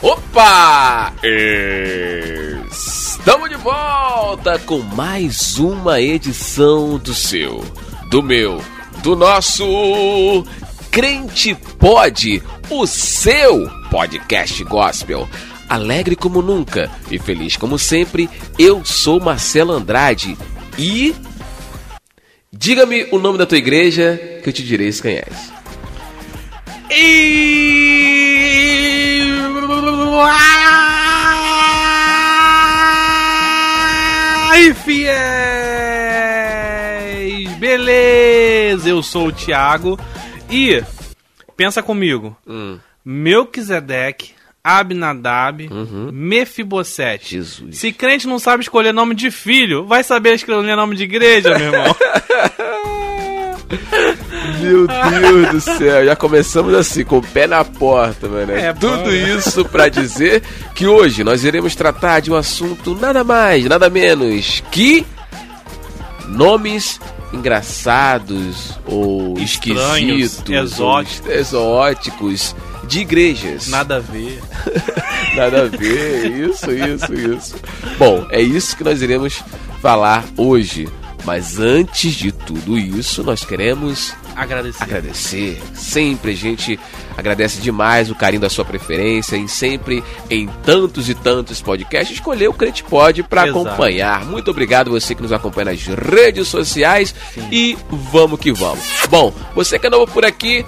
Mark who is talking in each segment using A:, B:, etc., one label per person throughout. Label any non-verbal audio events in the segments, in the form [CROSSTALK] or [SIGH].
A: Opa! Estamos de volta com mais uma edição do seu, do meu, do nosso Crente Pode, o seu podcast gospel. Alegre como nunca e feliz como sempre, eu sou Marcelo Andrade e. Diga-me o nome da tua igreja que eu te direi se conhece.
B: E fiéis! Beleza, eu sou o Thiago e pensa comigo.
A: Hum.
B: Melquisedeque, Abinadab, Mefibosete.
A: Jesus.
B: Se crente não sabe escolher nome de filho, vai saber escolher nome de igreja, meu irmão.
A: Meu Deus do céu, já começamos assim, com o pé na porta, mano.
B: É bom,
A: Tudo
B: né?
A: isso pra dizer que hoje nós iremos tratar de um assunto nada mais, nada menos que nomes engraçados ou
B: Estranhos,
A: esquisitos,
B: exóticos.
A: ou exóticos de igrejas.
B: Nada a ver.
A: [LAUGHS] Nada a ver, isso, isso, isso. Bom, é isso que nós iremos falar hoje. Mas antes de tudo isso, nós queremos
B: Agradecer.
A: agradecer. Sempre a gente agradece demais o carinho da sua preferência em sempre em tantos e tantos podcasts. Escolher o Crente Pode para
B: Exato.
A: acompanhar. Muito obrigado você que nos acompanha nas redes sociais e vamos que vamos. Bom, você que é novo por aqui.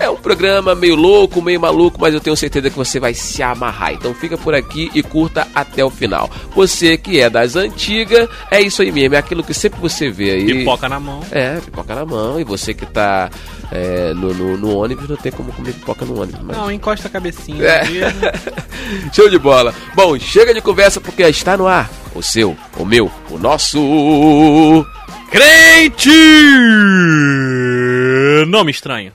A: É um programa meio louco, meio maluco, mas eu tenho certeza que você vai se amarrar. Então fica por aqui e curta até o final. Você que é das antigas, é isso aí mesmo, é aquilo que sempre você vê aí.
B: Pipoca na mão.
A: É, pipoca na mão. E você que tá é, no, no- no ônibus, não tem como comer pipoca no ônibus. Mas...
B: Não, encosta a cabecinha.
A: É.
B: mesmo.
A: Show de bola. Bom, chega de conversa porque está no ar. O seu, o meu, o nosso.
B: Crente! [LAUGHS] Nome estranho.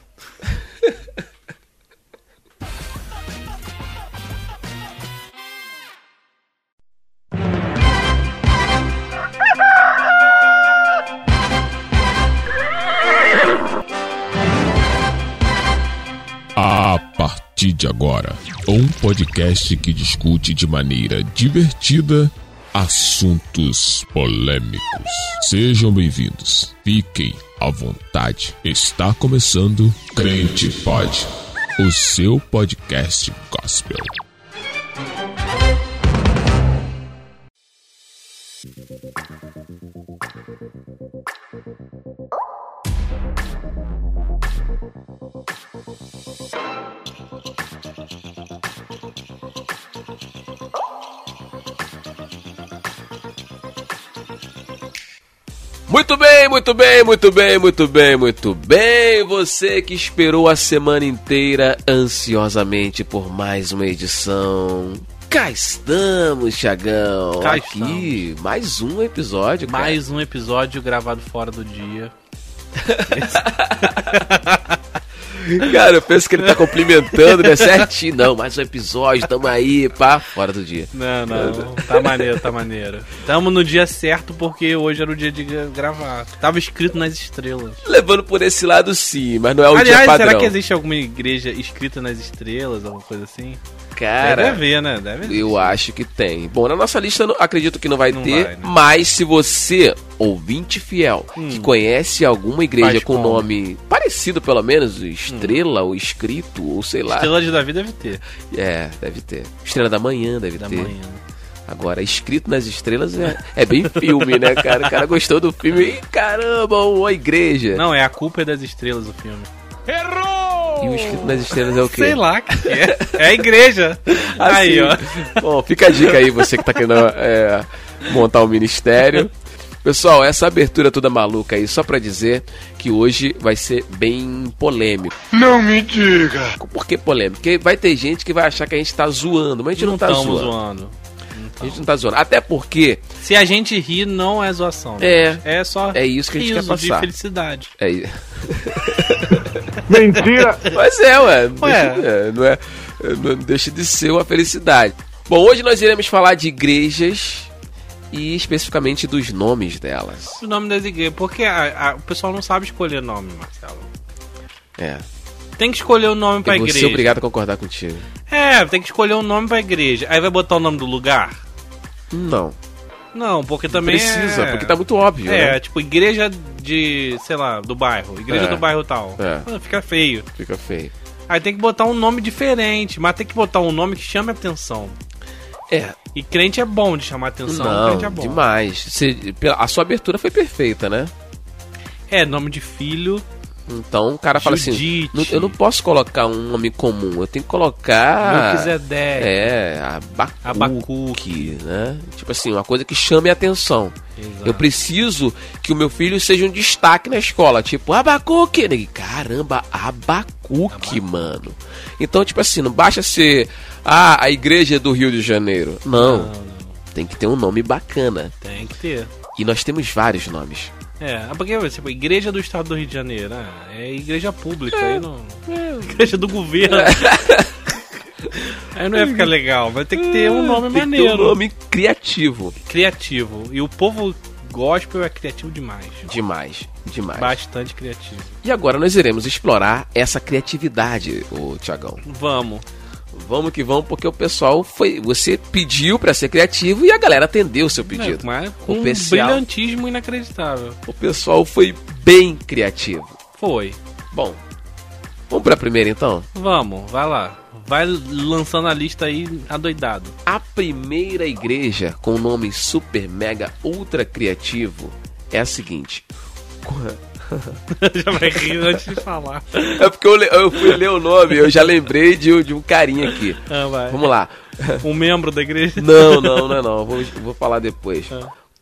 C: A partir de agora, um podcast que discute de maneira divertida assuntos polêmicos. Sejam bem-vindos, fiquem à vontade. Está começando Crente Pod, o seu podcast gospel.
A: Muito bem, muito bem, muito bem, muito bem, muito bem. Você que esperou a semana inteira ansiosamente por mais uma edição. Cá estamos, Thiagão.
B: Cá
A: Aqui, mais um episódio. cara.
B: Mais um episódio gravado fora do dia.
A: Cara, eu penso que ele tá cumprimentando, né? Certinho. Não, mais um episódio, tamo aí, pá, fora do dia.
B: Não, não. Tá maneiro, tá maneiro. Tamo no dia certo porque hoje era o dia de gra- gravar. Tava escrito nas estrelas.
A: Levando por esse lado sim, mas não é o dia
B: Aliás,
A: padrão.
B: será que existe alguma igreja escrita nas estrelas, alguma coisa assim? Deve
A: Cara,
B: haver, né? Deve haver.
A: eu acho que tem. Bom, na nossa lista não- acredito que não vai
B: Não
A: ter,
B: vai, né?
A: mas se você, ouvinte fiel, que conhece alguma igreja
B: Faz
A: com
B: como. Hum.
A: nome parecido pelo menos, estrela ou escrito, ou sei lá.
B: Estrela de Davi deve ter.
A: É, deve ter. Estrela da manhã deve
B: Da
A: ter.
B: manhã.
A: Agora, escrito nas estrelas é, é bem filme, né, cara? O cara gostou do filme. Ih, caramba, uma igreja.
B: Não, é A Culpa é das Estrelas o filme.
A: E o escrito nas estrelas é o quê?
B: Sei lá o que que é. É a igreja.
A: Ah,
B: Aí, ó.
A: ó. Bom, fica a dica aí, você que tá querendo é, montar um ministério. Pessoal, essa abertura toda maluca aí, só pra dizer que hoje vai ser bem polêmico.
D: Não me diga.
A: Por que polêmico? Porque vai ter gente que vai achar que a gente tá zoando, mas a gente não, tá
B: tamo
A: zoando.
B: zoando.
A: A gente não tá zoando. Até porque
B: Se a gente ri, não é zoação. né?
A: É.
B: É só
A: é isso que a gente quer
B: riso de
A: passar.
B: felicidade.
A: É isso.
D: Mentira.
A: Mas é, ué. não
B: Ué.
A: deixa- é, não, é, não deixa de ser uma felicidade. Bom, hoje nós iremos falar de igrejas e especificamente dos nomes delas.
B: O nome das igrejas. Porque a- a- o pessoal não sabe escolher nome, Marcelo.
A: É.
B: tem que escolher o nome pra
A: Eu vou ser
B: igreja.
A: obrigado a concordar contigo.
B: É, tem que escolher o nome pra igreja. Aí vai botar o nome do lugar?
A: Não.
B: Não, porque também.
A: Precisa,
B: é...
A: porque tá muito óbvio.
B: É,
A: né?
B: tipo, igreja de, sei lá, do bairro. Igreja
A: É.
B: do bairro tal.
A: É.
B: Ah, Fica feio.
A: Fica feio.
B: Aí tem que botar um nome diferente, mas tem que botar um nome que chame atenção.
A: É,
B: E crente é bom de chamar atenção, crente é
A: não,
B: bom.
A: demais. Você- pela- a sua abertura foi perfeita, né?
B: É, nome de filho.
A: Então o cara fala assim:
B: Judite.
A: "Não- eu não posso colocar um nome comum, eu tenho
B: Ah,
A: que colocar.
B: Melquisedeque.
A: Ah, É, abacuque,
B: Abacuque.
A: né? Tipo assim, uma coisa que chame a atenção.
B: Exato.
A: Eu preciso que o meu filho seja um destaque na escola. Tipo, abacuque. Né? Caramba, abacuque, mano. Então, tipo assim, não basta ser ah, a igreja do Rio de Janeiro.
B: Não,
A: Não,
B: não.
A: tem que ter um nome bacana.
B: Tem que ter.
A: E nós temos vários nomes.
B: É, porque tipo, igreja do estado do Rio de Janeiro, ah, é igreja pública,
A: É,
B: aí não. Igreja do
A: [LAUGHS]
B: governo. aí não ia ficar legal, vai ter que ter um nome
A: Tem que ter
B: maneiro.
A: um nome criativo.
B: Criativo. E o povo gospel é criativo demais.
A: Demais, demais.
B: Bastante criativo.
A: E agora nós iremos explorar essa criatividade, o Tiagão.
B: Vamos.
A: Vamos que vamos, porque o pessoal foi. Você pediu pra ser criativo e a galera atendeu o seu
B: Né,
A: pedido.
B: mas com um
A: especial.
B: brilhantismo inacreditável.
A: O pessoal foi bem criativo.
B: Foi.
A: Bom, vamos pra primeira então?
B: Vamos, vai lá. Vai lançando a lista aí adoidado. [LAUGHS]
A: A primeira igreja com nome super mega ultra criativo é a seguinte. [LAUGHS]
B: Já vai rir antes de falar.
A: É porque eu, le- eu fui ler o nome, eu já lembrei de, um- de um carinha aqui.
B: Ah, vai.
A: Vamos lá.
B: Um membro da igreja?
A: Não, não, não, é não. Vou, vou falar depois.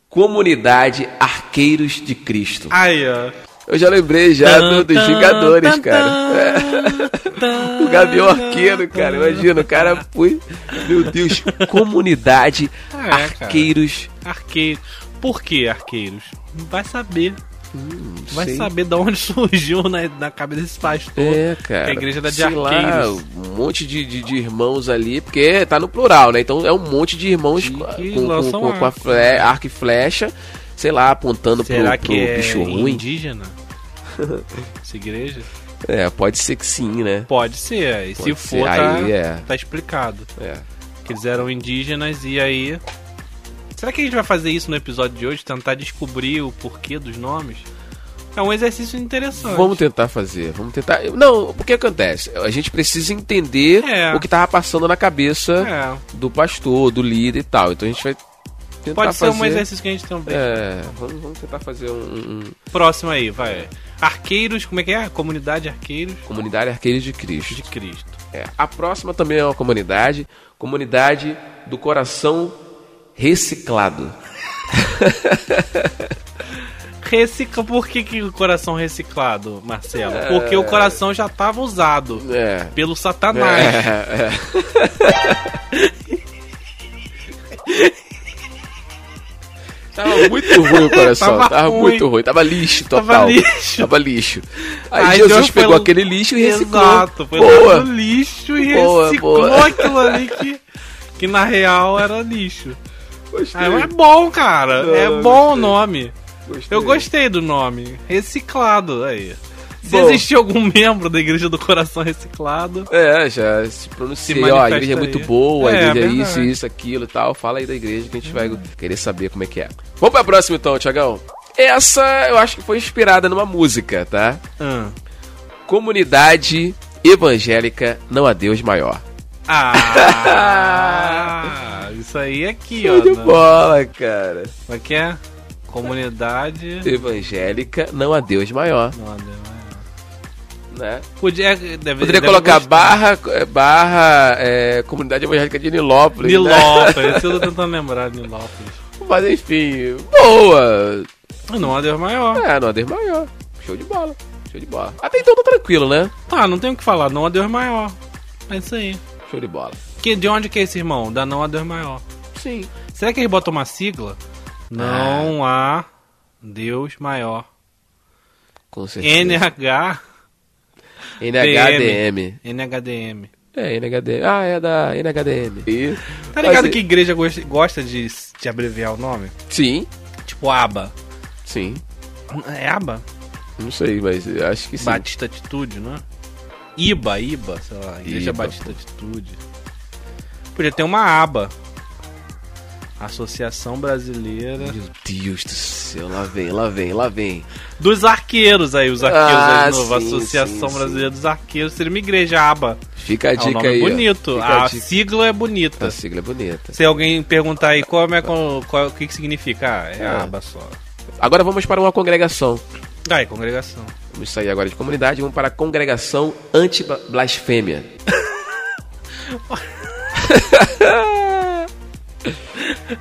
A: Comunidade Arqueiros de Cristo.
B: [LAUGHS] Aí, ó.
A: Eu já lembrei já é do- dos Vingadores, cara. É.
B: cara.
A: O Gavião
B: Ah,
A: Arqueiro, cara. Imagina, o cara foi. Meu Deus, Comunidade
B: Ah, [LAUGHS] é, cara.
A: Arqueiros.
B: Arqueiro. Por que arqueiros? Vai saber.
A: Não
B: Vai
A: sei.
B: saber de onde [LAUGHS] surgiu na, na cabeça desse pastor.
A: É, cara.
B: Que a igreja era de
A: Sei lá,
B: arqueiros.
A: um monte de, de, de irmãos ali, porque tá no plural, né? Então é um monte de irmãos
B: Que-
A: com,
B: que
A: com-
B: lançam
A: com- com a
B: arco.
A: fle- arco e flecha, sei lá, apontando pro,
B: Será
A: pro
B: que é
A: bicho ruim.
B: indígena? Essa igreja?
A: É, pode ser que sim, né?
B: Pode ser. E se
A: Pode ser.
B: for, tá,
A: Aí, é.
B: tá explicado.
A: É.
B: Que eles eram indígenas e aí... Será que a gente vai fazer isso no episódio de hoje? Tentar descobrir o porquê dos nomes? É um exercício interessante.
A: Vamos tentar fazer, vamos tentar. Não, o que acontece? A gente precisa entender
B: É.
A: o que tava passando na cabeça
B: É.
A: do pastor, do líder e tal. Então a gente vai tentar
B: Pode ser
A: fazer.
B: um exercício que a gente também.
A: É, vamos, vamos tentar fazer um, um
B: Próximo aí, vai. Arqueiros, como é que é? Comunidade Arqueiros
A: comunidade arqueiros de Cristo.
B: de Cristo.
A: É, A próxima também é uma comunidade, comunidade do coração reciclado.
B: Recicla, por que, que o coração reciclado, Marcelo? Porque o coração já tava usado
A: É.
B: pelo Satanás. [LAUGHS]
A: Tava muito ruim o coração, tava,
B: Tava ruim.
A: muito ruim, tava lixo total.
B: Tava lixo.
A: Tava lixo. Aí,
B: Aí
A: Jesus
B: Deus foi
A: pegou
B: lá-
A: aquele lixo e reciclou.
B: Exato, foi
A: Boa.
B: lá no lixo e
A: Boa,
B: reciclou
A: boa.
B: aquilo ali que, que na real era lixo.
A: Gostei,
B: Ah, mas é bom, cara.
A: Não,
B: é
A: eu
B: bom o nome.
A: gostei.
B: Eu gostei do nome. Reciclado, aí. Se
A: Bom.
B: existir algum [LAUGHS] membro da Igreja do Coração Reciclado,
A: É, já se pronunciei,
B: Se
A: ó, a
B: manifesta
A: igreja é
B: aí.
A: muito boa, a
B: É,
A: igreja é
B: verdade.
A: isso, isso, aquilo e tal. Fala aí da igreja que a gente vai querer saber como é que é. Vamos pra próxima então, Tiagão. Essa eu acho que foi inspirada numa música, tá?
B: Hum.
A: Comunidade Evangélica Não Há Deus Maior.
B: Ah! [LAUGHS] isso aí é aqui, ó.
A: Show de
B: né?
A: bola, cara.
B: Como é que é? Comunidade.
A: Evangélica Não Há Deus Maior,
B: Não, Deus, é.
A: né?
B: Podia, é, deve,
A: Poderia
B: deve
A: colocar
B: gostar.
A: barra, eh, barra é, Comunidade Evangélica de Nilópolis, né?
B: Nilópolis, isso eu tô tentando lembrar de Nilópolis.
A: [LAUGHS] Mas enfim, boa.
B: Ah, Não, a Deus maior.
A: É, não há Deus Maior. Show de bola. Show de bola. Até então tá tranquilo, né?
B: Tá, não tem o que falar, não a Deus maior. É isso aí.
A: Show de bola.
B: Que, de onde que é esse irmão? Da não a Deus maior.
A: Sim.
B: Será que ele bota uma sigla? Não há Deus maior.
A: Com certeza.
B: NH
A: NHDM.
B: NHDM.
A: É, NHDM. Ah, é da NHDM. E...
B: Tá ligado
A: Mas- é-
B: que igreja gosta- gosta de, de abreviar o nome?
A: Sim,
B: Tipo aba.
A: sim.
B: É aba?
A: Não sei, mas eu acho que sim.
B: Batista Atitude, né? IBA, IBA, sei lá, Igreja
A: IBA,
B: Batista Atitude. Podia ter uma aba. Associação Brasileira
A: Meu Deus do céu, lá vem, lá vem, lá vem.
B: dos Arqueiros aí, os arqueiros
A: Ah,
B: aí de novo.
A: sim,
B: Associação
A: sim,
B: Brasileira dos Arqueiros seria uma igreja aba.
A: Fica a
B: Ah, o
A: dica
B: nome
A: aí.
B: é
A: ó.
B: bonito,
A: Fica
B: a,
A: a dica.
B: sigla é bonita.
A: A sigla é bonita.
B: Se alguém perguntar aí qual é minha con- qual- o que, que significa, ah, é,
A: É.
B: aba só.
A: Agora vamos para uma congregação.
B: Ah, é congregação.
A: Vamos sair agora de comunidade e vamos para a congregação anti-blasfêmia.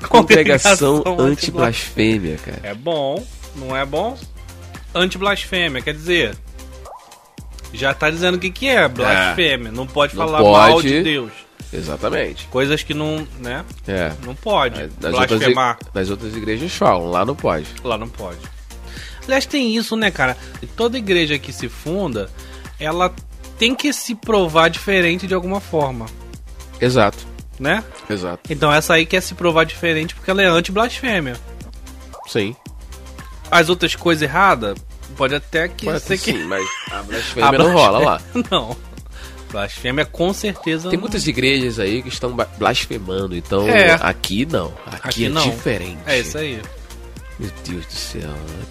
A: Congregação anti-blasfêmia, cara.
B: É bom, não é bom? Antiblasfêmia, quer dizer. Já tá dizendo o que, que é blasfêmia. Não pode
A: Não
B: falar
A: pode.
B: mal de Deus.
A: Exatamente.
B: Coisas que não. né?
A: É.
B: Não pode.
A: Nas outras, ig-
B: Blasfemar.
A: nas outras igrejas falam, lá não pode.
B: Lá não pode. Aliás, tem isso, né, cara? Toda igreja que se funda, ela tem que se provar diferente de alguma forma,
A: Exato,
B: né?
A: exato.
B: Então essa aí quer se provar diferente porque ela é anti-blasfêmia.
A: Sim.
B: As outras coisas erradas, pode até que
A: Pode
B: ser
A: ser
B: que.
A: sim, mas a blasfêmia
B: [LAUGHS] A
A: não rola lá.
B: [LAUGHS] Não. Blasfêmia com certeza
A: Tem
B: não.
A: muitas igrejas aí que estão ba- blasfemando, então
B: É.
A: aqui não. Aqui,
B: Aqui
A: é
B: não.
A: diferente.
B: É isso aí.
A: Meu Deus do céu. né?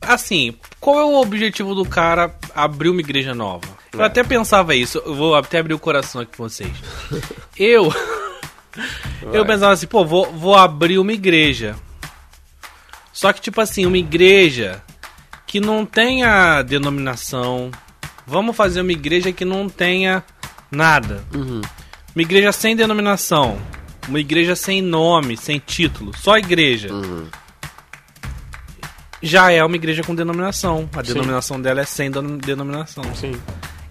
B: Assim, qual é o objetivo do cara abrir uma igreja nova? Eu
A: É.
B: até pensava isso, eu vou até abrir o coração aqui com vocês. Eu. [LAUGHS] Eu pensava assim, pô, vou, vou abrir uma igreja. Só que, tipo assim, uma igreja que não tenha denominação. Vamos fazer uma igreja que não tenha nada. Uma igreja sem denominação. Uma igreja sem nome, sem título. Só igreja. Já é uma igreja com denominação. A denominação dela é sem denom- denominação.
A: Sim.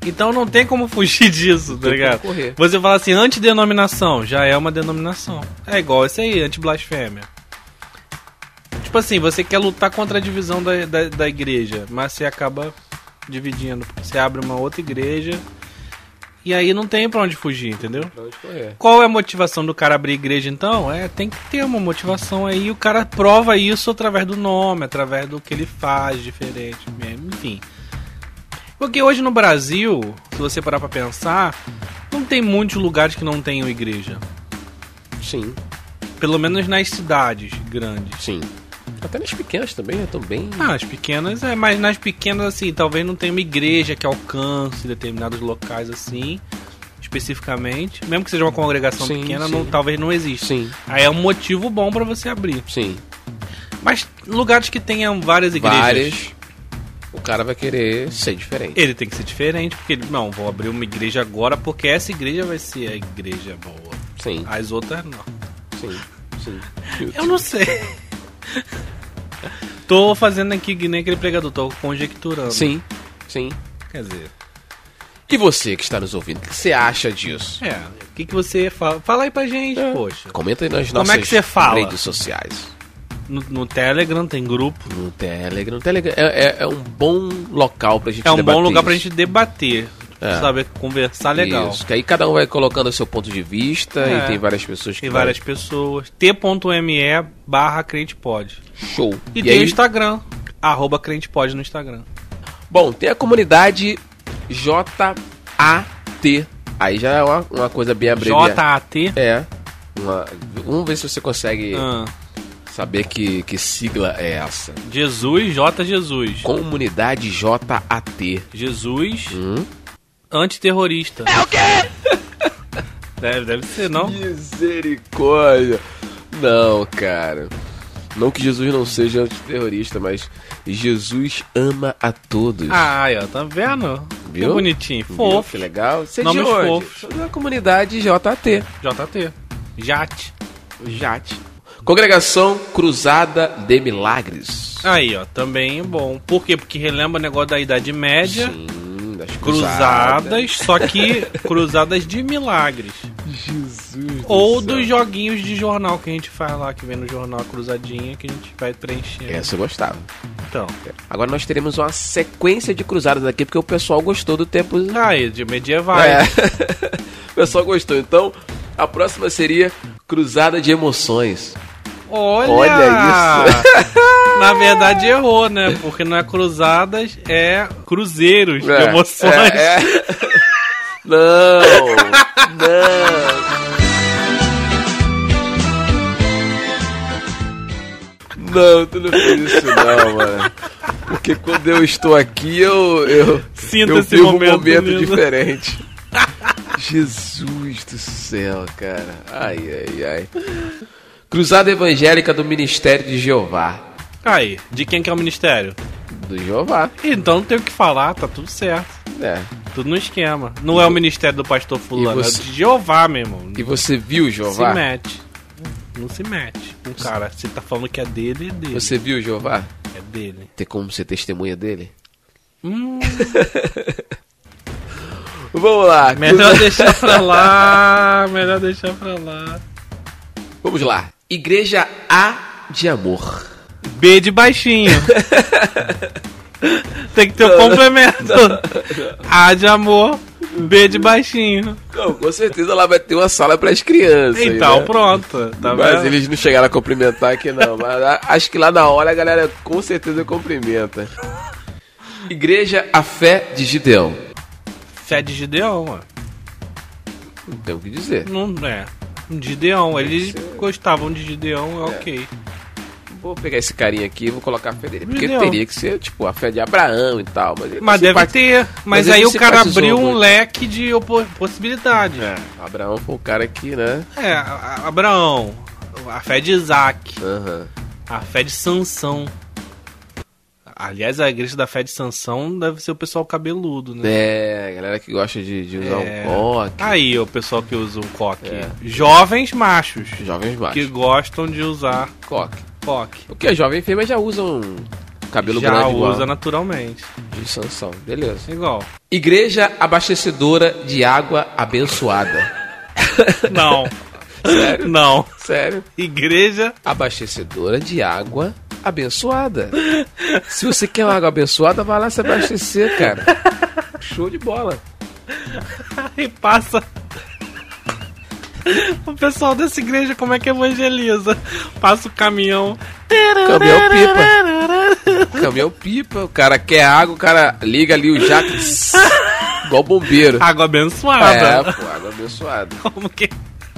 B: Então não tem como fugir disso, tá
A: tem
B: ligado?
A: como correr.
B: Você fala assim, antidenominação, já é uma denominação. É igual esse aí, antiblasfêmia. Tipo assim, você quer lutar contra a divisão da, da, da igreja, mas você acaba dividindo. porque Você abre uma outra igreja e aí não tem pra onde fugir, entendeu? Qual é a motivação do cara abrir igreja então? É, tem que ter uma motivação aí, o cara prova isso através do nome, através do que ele faz diferente, enfim. Porque hoje no Brasil, se você parar pra pensar, não tem muitos lugares que não tenham igreja.
A: Sim,
B: Pelo menos nas cidades grandes.
A: sim. Até nas pequenas também, estão bem.
B: Ah, as pequenas, é, mas nas pequenas, assim, talvez não tenha uma igreja que alcance determinados locais assim, especificamente. Mesmo que seja uma congregação
A: Sim,
B: pequena,
A: sim.
B: não- talvez não exista.
A: Sim,
B: Aí é um motivo bom pra você abrir.
A: sim.
B: Mas lugares que tenham várias igrejas.
A: Várias. O cara vai querer ser diferente.
B: Ele tem que ser diferente, porque ele, não, vou abrir uma igreja agora, porque essa igreja vai ser a igreja boa.
A: Sim,
B: As outras não.
A: sim, sim.
B: Eu não sei. [LAUGHS] tô fazendo aqui que nem aquele pregador, tô conjecturando.
A: Sim, sim.
B: Quer dizer,
A: E você que está nos ouvindo, o que você acha disso?
B: é. O que, que você fala? Fala aí pra gente, poxa.
A: Comenta aí nas
B: Como é
A: nossas
B: que você fala?
A: redes sociais.
B: No, no Telegram tem grupo.
A: No Telegram. Telegram é, é- é um bom local pra gente
B: É um bom
A: debater
B: lugar pra
A: isso.
B: gente debater.
A: É.
B: Saber conversar legal.
A: Isso, que aí cada um vai colocando o seu ponto de vista
B: É.
A: e tem várias pessoas que
B: Tem várias pessoas. T.me barra crente pode.
A: Show.
B: E, tem o Instagram, arroba crentepod no Instagram.
A: Bom, tem a comunidade JAT. Aí já é uma, uma coisa bem abreviada.
B: J-A-T.
A: É. Uma- vamos ver se você consegue
B: Ah,
A: saber que, que sigla é essa.
B: Jesus, J Jesus.
A: Comunidade JAT.
B: Jesus
A: Hum?
B: antiterrorista. É o quê? [LAUGHS] Deve, deve ser, não?
A: Misericórdia. Não, cara. Não que Jesus não seja antiterrorista, mas Jesus ama a todos.
B: Ah, aí, ó, tá vendo? Que
A: Viu?
B: bonitinho.
A: Viu?
B: Fofo.
A: Que legal. Você é de
B: Nomes
A: onde?
B: fofos. É.
A: Sou Da comunidade JAT.
B: JT. Jat.
A: JAT. Congregação Cruzada de Milagres.
B: Aí, ó, também é bom. Por quê? Porque relembra o negócio da Idade Média.
A: Sim, Hum, das
B: Cruzadas, só que cruzadas de milagres.
A: Jesus.
B: Ou
A: do
B: dos
A: céu.
B: joguinhos de jornal que a gente faz lá, que vem no jornal a cruzadinha, que a gente vai preencher.
A: Essa eu gostava.
B: Então.
A: Agora nós teremos uma sequência de cruzadas aqui, porque o pessoal gostou do tempo.
B: Ah, e de medievais.
A: É. [LAUGHS] o pessoal gostou. Então, a próxima seria Cruzada de Emoções.
B: Olha, [LAUGHS]
A: Olha
B: Na verdade errou, né? Porque não é cruzadas, é cruzeiros de
A: É,
B: [LAUGHS] emoções.
A: é, é. Não, não. Não, tu não fez isso não, mano. Porque quando eu estou aqui, eu, eu,
B: Sinta
A: eu
B: esse
A: vivo
B: momento,
A: um momento
B: lindo.
A: diferente. Jesus do céu, cara. Ai, ai, ai. Cruzada Evangélica do Ministério de Jeová.
B: Aí, de quem que é o ministério?
A: Do Jeová,
B: Então não tem o que falar, tá tudo certo.
A: né?
B: Tudo no esquema. Não é o ministério do pastor fulano,
A: e você-
B: é de Jeová, meu irmão.
A: E você viu
B: Não
A: Jeová?
B: se mete. Não se mete. Um cara, você tá falando que é dele, é dele.
A: Você viu Jeová?
B: É dele.
A: Tem como ser testemunha dele?
B: Hum,
A: [LAUGHS] Vamos lá.
B: [LAUGHS] melhor deixar pra lá, melhor deixar pra lá.
A: Vamos lá. Igreja A de Amor.
B: B de [LAUGHS] baixinho. Tem que ter um [LAUGHS] complemento. A de amor, B de baixinho.
A: Não, com certeza lá vai ter uma sala para as crianças.
B: Então,
A: né?
B: pronto. Tá
A: mas
B: vendo?
A: eles não chegaram a cumprimentar aqui não. Mas a- acho que lá na hora a galera com certeza cumprimenta. Igreja A Fé de Gideão.
B: Fé é de Gideão, ó.
A: Não tem o que dizer.
B: Não é. Gideão, eles gostavam de Gideão, é ok.
A: Vou pegar esse carinha aqui e vou colocar a fé dele. Porque
B: Gideão.
A: teria que ser, tipo, a fé de Abraão e tal. Mas, ele
B: Mas
A: não
B: deve
A: simpati-
B: ter. Mas,
A: mas ele
B: aí
A: não
B: o cara
A: simpatizou
B: abriu um
A: muito.
B: leque de opo- possibilidades. É.
A: Abraão foi o cara que, né?
B: a- a- Abraão, a fé de Isaac,
A: Aham.
B: a fé de Sansão. Aliás, a igreja da fé de Sansão deve ser o pessoal cabeludo, né?
A: É, galera que gosta de, de usar
B: É.
A: um coque.
B: Aí, o pessoal que usa o coque.
A: É.
B: Jovens machos
A: Jovens
B: que
A: baixos.
B: gostam de usar
A: Coque.
B: coque.
A: Porque as jovens fêmeas já usam cabelo
B: Já
A: grande
B: usa
A: igual
B: naturalmente.
A: de Sansão. Beleza. [LAUGHS]
B: Igual.
A: né? Igreja abastecedora de água abençoada.
B: Não.
A: Sério?
B: Não.
A: [LAUGHS] Sério?
B: Igreja
A: Abastecedora de água abençoada. Se você quer uma água abençoada, vai lá se abastecer, cara. [LAUGHS] Show de bola.
B: e passa. O pessoal dessa igreja, como é que evangeliza? Passa o caminhão.
A: Caminhão Caminhão pipa, o cara quer água, o cara liga ali o jato. [LAUGHS] tss, Igual bombeiro.
B: Água
A: É,
B: abençoada.
A: pô, água abençoada.
B: Como que é?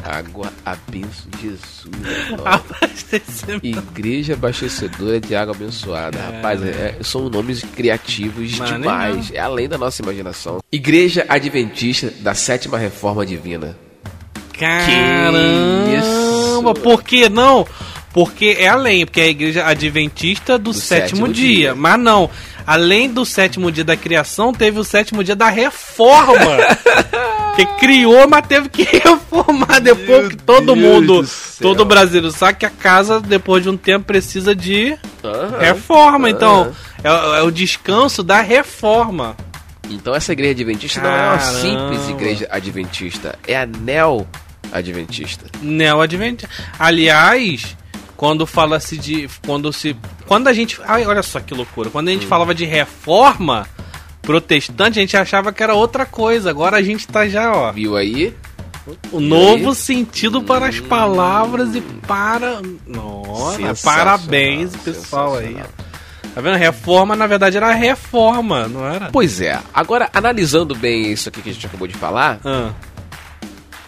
A: Água abençoada. Jesus. nossa.
B: abastecimento?
A: Igreja Abastecedora de Água Abençoada. Rapaz, é- são nomes criativos
B: Maneiro.
A: demais. É além da nossa imaginação. Igreja Adventista da Sétima Reforma Divina.
B: Caramba!
A: isso?
B: Por que não? Porque é além, porque é a igreja adventista do,
A: Do
B: sétimo,
A: sétimo
B: dia.
A: dia.
B: Mas não, além do sétimo dia da criação, teve o sétimo dia da
A: [LAUGHS]
B: reforma. que criou, mas teve que reformar depois
A: Meu
B: que todo
A: Deus
B: mundo,
A: do céu.
B: todo brasileiro sabe que a casa, depois de um tempo, precisa de
A: Aham.
B: reforma.
A: Ah,
B: Então, é, é o descanso da reforma.
A: Então essa igreja adventista não é uma
B: Caramba.
A: simples igreja adventista. É a neo adventista.
B: Neo-adventista. Aliás, quando fala-se de. Quando se. Quando a gente. Ai, olha só que loucura. Quando a
A: Hum.
B: gente falava de reforma protestante, a gente achava que era outra coisa. Agora a gente tá já, ó.
A: Viu aí?
B: O novo sentido para
A: Hum.
B: as palavras e para. Nossa,
A: Sensacional,
B: parabéns, pessoal aí.
A: sensacional.
B: Tá vendo? Reforma, na verdade, era reforma, não era?
A: Pois é. Agora, analisando bem isso aqui que a gente acabou de falar,
B: Ah,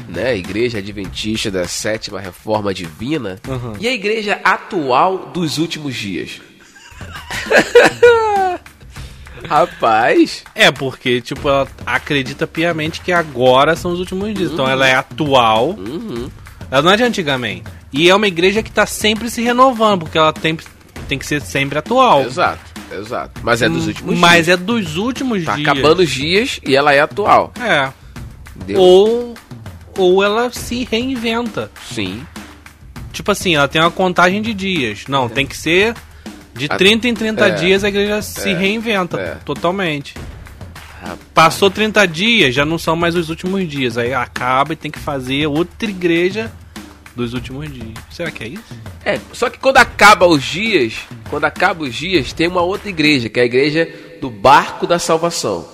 A: né? Igreja Adventista da Sétima Reforma Divina.
B: Uhum.
A: E a igreja atual dos últimos dias. [LAUGHS] Rapaz,
B: É, porque, tipo, ela acredita piamente que agora são os últimos dias. Então ela é atual.
A: uhum,
B: Ela não é de antigamente. E é uma igreja que tá sempre se renovando, porque ela tem, tem que ser sempre atual.
A: exato, exato. Mas é dos últimos
B: Mas
A: dias.
B: é dos últimos
A: Tá
B: dias.
A: acabando os dias e ela é atual.
B: É.
A: Entendeu?
B: Ou, ou ela se reinventa.
A: Sim.
B: Tipo assim, ela tem uma contagem de dias. Não, tem que ser de
A: A-
B: 30 em 30
A: é,
B: dias a igreja se reinventa
A: é.
B: totalmente.
A: Rapaz.
B: Passou 30 dias, já não são mais os últimos dias. Aí acaba e tem que fazer outra igreja dos últimos dias. Será que é isso?
A: É, só que quando acaba os dias, quando acaba os dias, tem uma outra igreja, que é a igreja do barco da salvação.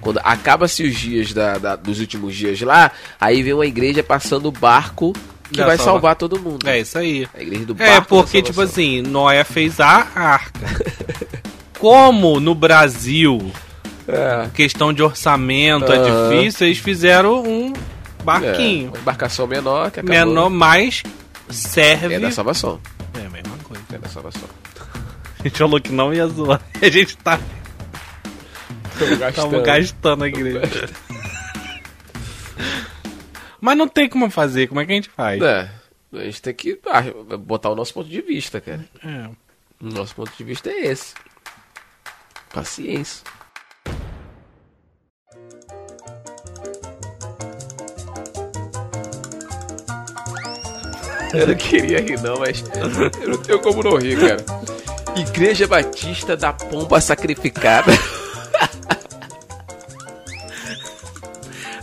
A: Quando acaba-se os dias da- da- dos últimos dias lá, aí vem uma igreja passando o barco que
B: Já
A: vai
B: salva-
A: salvar todo mundo.
B: É isso aí.
A: A igreja do barco
B: É,
A: da
B: porque, tipo
A: salvação.
B: assim, Noé fez a
A: [LAUGHS]
B: arca. Como no Brasil,
A: É,
B: questão de orçamento
A: Aham.
B: é difícil, eles fizeram um
A: é,
B: barquinho.
A: uma embarcação menor que acabou.
B: menor, mas serve.
A: É da salvação.
B: É a mesma coisa.
A: É da salvação.
B: A gente falou que não ia zoar. [LAUGHS] A gente tá,
A: Estamos
B: tamo gastando a igreja. [LAUGHS] Mas não tem como fazer, como é que a gente faz?
A: É, a gente tem que ah, botar o nosso ponto de vista, cara.
B: É.
A: O nosso ponto de vista é esse. Paciência. Eu não queria rir não, mas eu não tenho como não rir, cara. Igreja Batista da Pomba Sacrificada.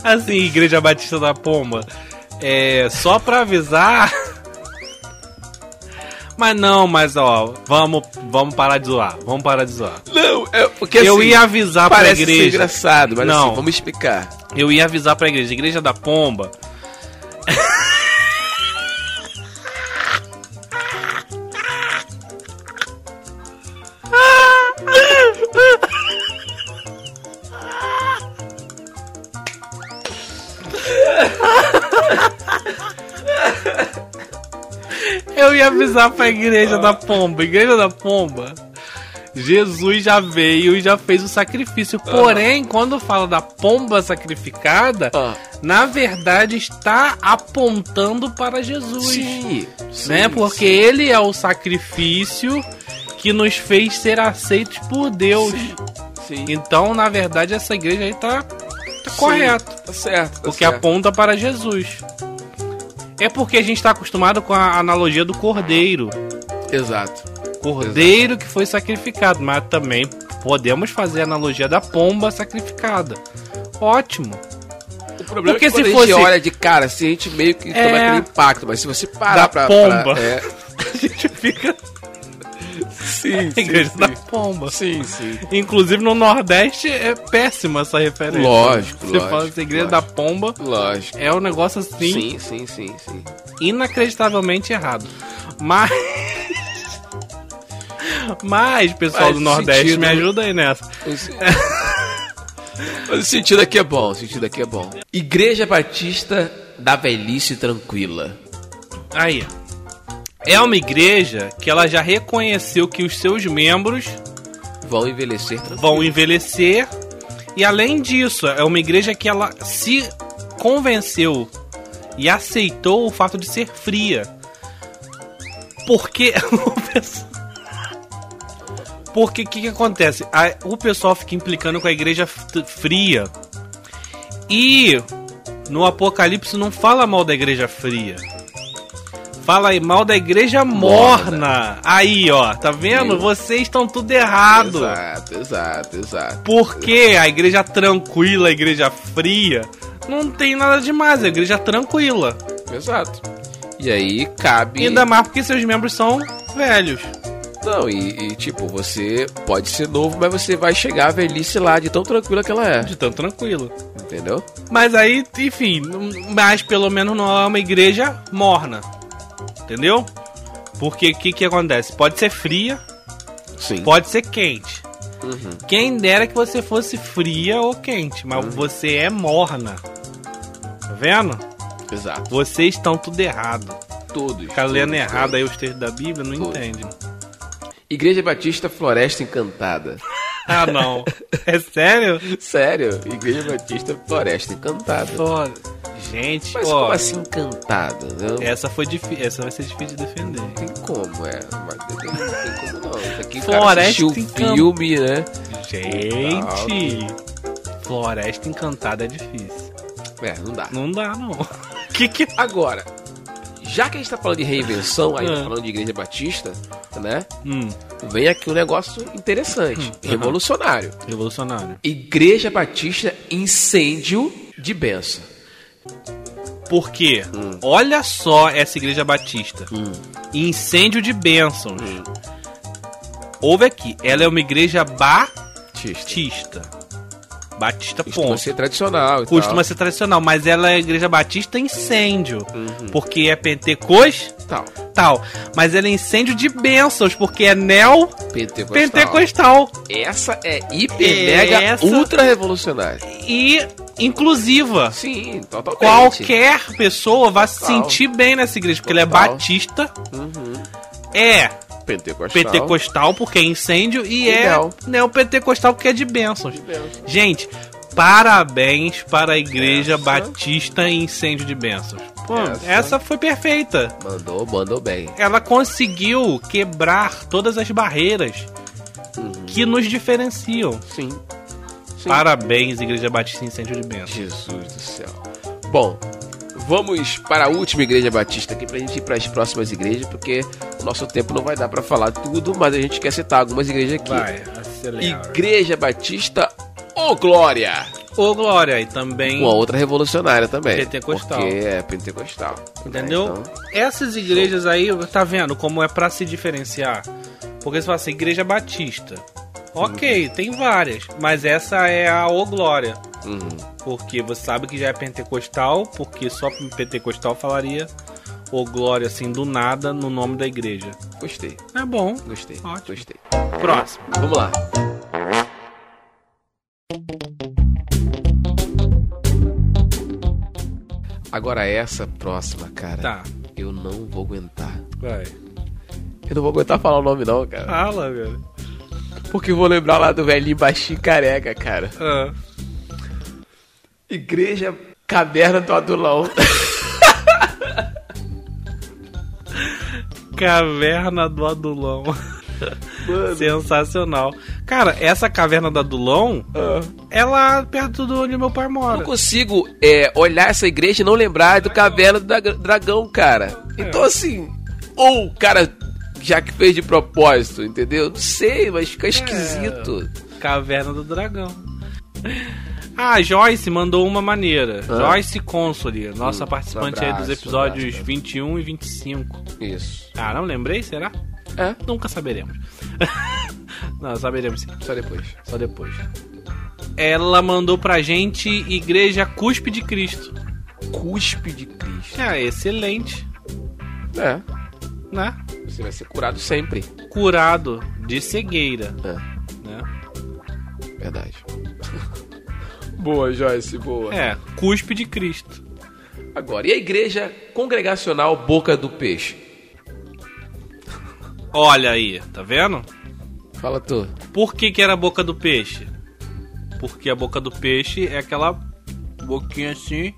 B: Assim, Igreja Batista da Pomba, é só pra avisar. [LAUGHS] Mas não, mas ó, vamos, vamos parar de zoar, vamos parar de zoar.
A: Não, é porque assim,
B: eu ia avisar pra
A: parece ser
B: igreja,
A: engraçado, mas
B: Não.
A: assim, vamos explicar.
B: eu ia avisar pra igreja, Igreja da Pomba. Eu ia avisar pra igreja da pomba. Igreja da pomba. Jesus já veio e já fez o sacrifício. Porém, quando fala da pomba sacrificada,
A: Ah.
B: na verdade está apontando para Jesus.
A: Sim, sim,
B: né? Porque
A: sim.
B: ele é o sacrifício que nos fez ser aceitos por Deus.
A: Sim.
B: Então, na verdade, essa igreja aí tá, tá
A: Sim,
B: correto.
A: Tá certo. Tá
B: Porque
A: certo.
B: aponta para Jesus. É porque a gente está acostumado com a analogia do cordeiro.
A: Exato.
B: Cordeiro que foi sacrificado, mas também podemos fazer a analogia da pomba sacrificada. Ótimo. [LAUGHS]
A: O problema
B: Porque
A: é que quando
B: se
A: a gente
B: fosse-
A: olha de cara, assim, a gente meio que toma
B: É.
A: aquele impacto, mas se você parar
B: Da
A: pra...
B: pomba.
A: pra- é.
B: A gente fica
A: [LAUGHS] [LAUGHS] Sim,
B: na igreja da
A: sim,
B: pomba.
A: sim. sim, sim.
B: Inclusive no Nordeste é péssima essa referência.
A: Lógico,
B: Você
A: lógico,
B: fala que a igreja
A: lógico.
B: da pomba
A: Lógico.
B: é um negócio assim
A: Sim, sim, sim, sim.
B: inacreditavelmente errado. Mas. [LAUGHS] Mas, pessoal
A: Faz
B: do Nordeste,
A: sentido.
B: me ajuda aí nessa.
A: [LAUGHS] Esse- Mas o sentido aqui é bom, o sentido aqui é bom. Igreja Batista da Velhice Tranquila.
B: Aí. É uma igreja que ela já reconheceu que os seus membros
A: Vão envelhecer tranquilo.
B: vão envelhecer. E além disso, é uma igreja que ela se convenceu e aceitou o fato de ser fria. Porque [LAUGHS] o pessoal- Porque o que, que acontece? A- o pessoal fica implicando com a igreja f- fria. E no Apocalipse não fala mal da igreja fria. Fala aí mal da igreja morna. Aí, ó, tá vendo?
A: Meu.
B: Vocês estão tudo errado.
A: Exato, exato, exato.
B: Porque a igreja tranquila, a igreja fria, não tem nada demais, é a igreja tranquila.
A: Exato. E aí cabe...
B: Ainda mais porque seus membros são velhos.
A: Não, e, e, tipo, você pode ser novo, mas você vai chegar à velhice lá de tão tranquila que ela é,
B: De tão tranquilo.
A: entendeu?
B: Mas aí, enfim, não- mas pelo menos não é uma igreja morna. Entendeu? Porque o que, que acontece? Pode ser fria,
A: Sim.
B: pode ser quente.
A: Uhum.
B: Quem dera que você fosse fria ou quente, mas você é morna. Tá vendo?
A: Exato.
B: Vocês estão tudo errado.
A: Todos.
B: Ficar lendo
A: todos,
B: errado aí os textos da Bíblia, não
A: Todos.
B: entende.
A: Igreja Batista Floresta Encantada.
B: Ah, não. É sério?
A: [LAUGHS] Sério, Igreja Batista Floresta Encantada.
B: Pô, gente,
A: Mas
B: ó,
A: como assim encantada? Não
B: essa foi difícil, essa vai ser difícil de defender.
A: tem como, é. Mas não tem, não tem como não. Isso aqui o
B: Floresta
A: cara assistiu o
B: Encantada.
A: filme, né?
B: Gente, Floresta Encantada é difícil.
A: É, não dá.
B: Não dá
A: [LAUGHS]
B: não. Que que
A: Agora, já que a gente tá falando de reinvenção, aí
B: Ah.
A: falando de Igreja Batista, né?
B: hum,
A: Vem aqui um negócio interessante, revolucionário.
B: revolucionário.
A: Igreja Batista Incêndio de Benção.
B: Por quê?
A: Hum.
B: Olha só essa igreja batista. Incêndio de bênçãos.
A: Hum.
B: Houve aqui, ela é uma igreja batista. Batista,
A: Costuma
B: ponto.
A: ser tradicional e
B: Costuma
A: tal.
B: ser tradicional, mas ela é igreja batista incêndio.
A: Uhum.
B: Porque é pentecostal.
A: Tal.
B: Mas ela é incêndio de bênçãos, porque é neo
A: Pentecostal.
B: pentecostal
A: Essa é hiper, mega,
B: Essa-
A: ultra revolucionária.
B: e inclusiva.
A: Sim, totalmente.
B: Qualquer pessoa vai se
A: Total.
B: sentir bem nessa igreja, porque ela é
A: Total.
B: batista,
A: Uhum.
B: é
A: Pentecostal.
B: pentecostal, porque é incêndio, e
A: Legal.
B: é neopentecostal, porque é de bênçãos.
A: Pentecostal.
B: Gente, parabéns para a Igreja
A: Essa.
B: Batista em Incêndio de Bênçãos. Pô, essa.
A: Essa.
B: foi perfeita.
A: Mandou, mandou bem.
B: Ela conseguiu quebrar todas as barreiras que nos diferenciam.
A: Sim. Uhum. Sim.
B: Parabéns, Igreja Batista em Incêndio de Bênçãos.
A: Jesus do céu. Bom, vamos para a última igreja batista aqui pra gente ir para as próximas igrejas, porque o nosso tempo não vai dar pra falar tudo, mas a gente quer citar algumas igrejas aqui.
B: Vai, acelera.
A: Igreja Batista ou Glória!
B: Ô, Glória, e também...
A: Uma outra revolucionária também.
B: Pentecostal.
A: Porque é pentecostal. né?
B: Entendeu?
A: Então,
B: Essas igrejas aí, tá vendo como é pra se diferenciar? Porque você fala assim, igreja batista. Ok, tem várias, mas essa é a Ô Glória.
A: uhum,
B: Porque você sabe que já é pentecostal, porque só pentecostal falaria Ô Glória assim do nada no nome da igreja.
A: gostei,
B: É bom.
A: gostei,
B: Ótimo.
A: gostei.
B: Próximo.
A: Vamos lá. Agora essa próxima, cara.
B: Tá.
A: Eu não vou aguentar.
B: Vai.
A: Eu não vou aguentar falar o nome não, cara.
B: Fala, velho.
A: Porque eu vou lembrar lá do velhinho baixinho careca, cara.
B: Ah.
A: Igreja Caverna do Adulão.
B: Caverna do [LAUGHS] Adulão.
A: Mano.
B: Sensacional. Cara, essa caverna do Adulão
A: [LAUGHS] Ah.
B: é lá perto de onde meu pai
A: Eu
B: mora.
A: não consigo é, olhar essa igreja e não lembrar do Caverna do Dra- Dragão, cara. Então, assim, ou o cara já que fez de propósito, entendeu? Não sei, mas fica esquisito.
B: Caverna do Dragão. Ah, Joyce mandou uma maneira. Joyce Console, nossa
A: Ah. Hum,
B: participante
A: um
B: aí dos
A: abraço,
B: episódios
A: um abraço.
B: 21 e 25.
A: Isso.
B: Ah, não lembrei, será?
A: É,
B: Nunca saberemos. [LAUGHS] não, saberemos sim,
A: só depois.
B: só depois. Ela mandou pra gente Igreja Cuspe de Cristo.
A: Cuspe de Cristo.
B: Ah, excelente,
A: É,
B: né?
A: você vai ser curado sempre.
B: Curado de cegueira,
A: É,
B: né?
A: verdade. [LAUGHS] boa, Joyce, boa.
B: É, Cuspe de Cristo.
A: Agora, e a igreja congregacional Boca do Peixe?
B: Olha aí, tá vendo?
A: Fala tu.
B: Por que, que era a boca do peixe? Porque a boca do peixe é aquela boquinha assim.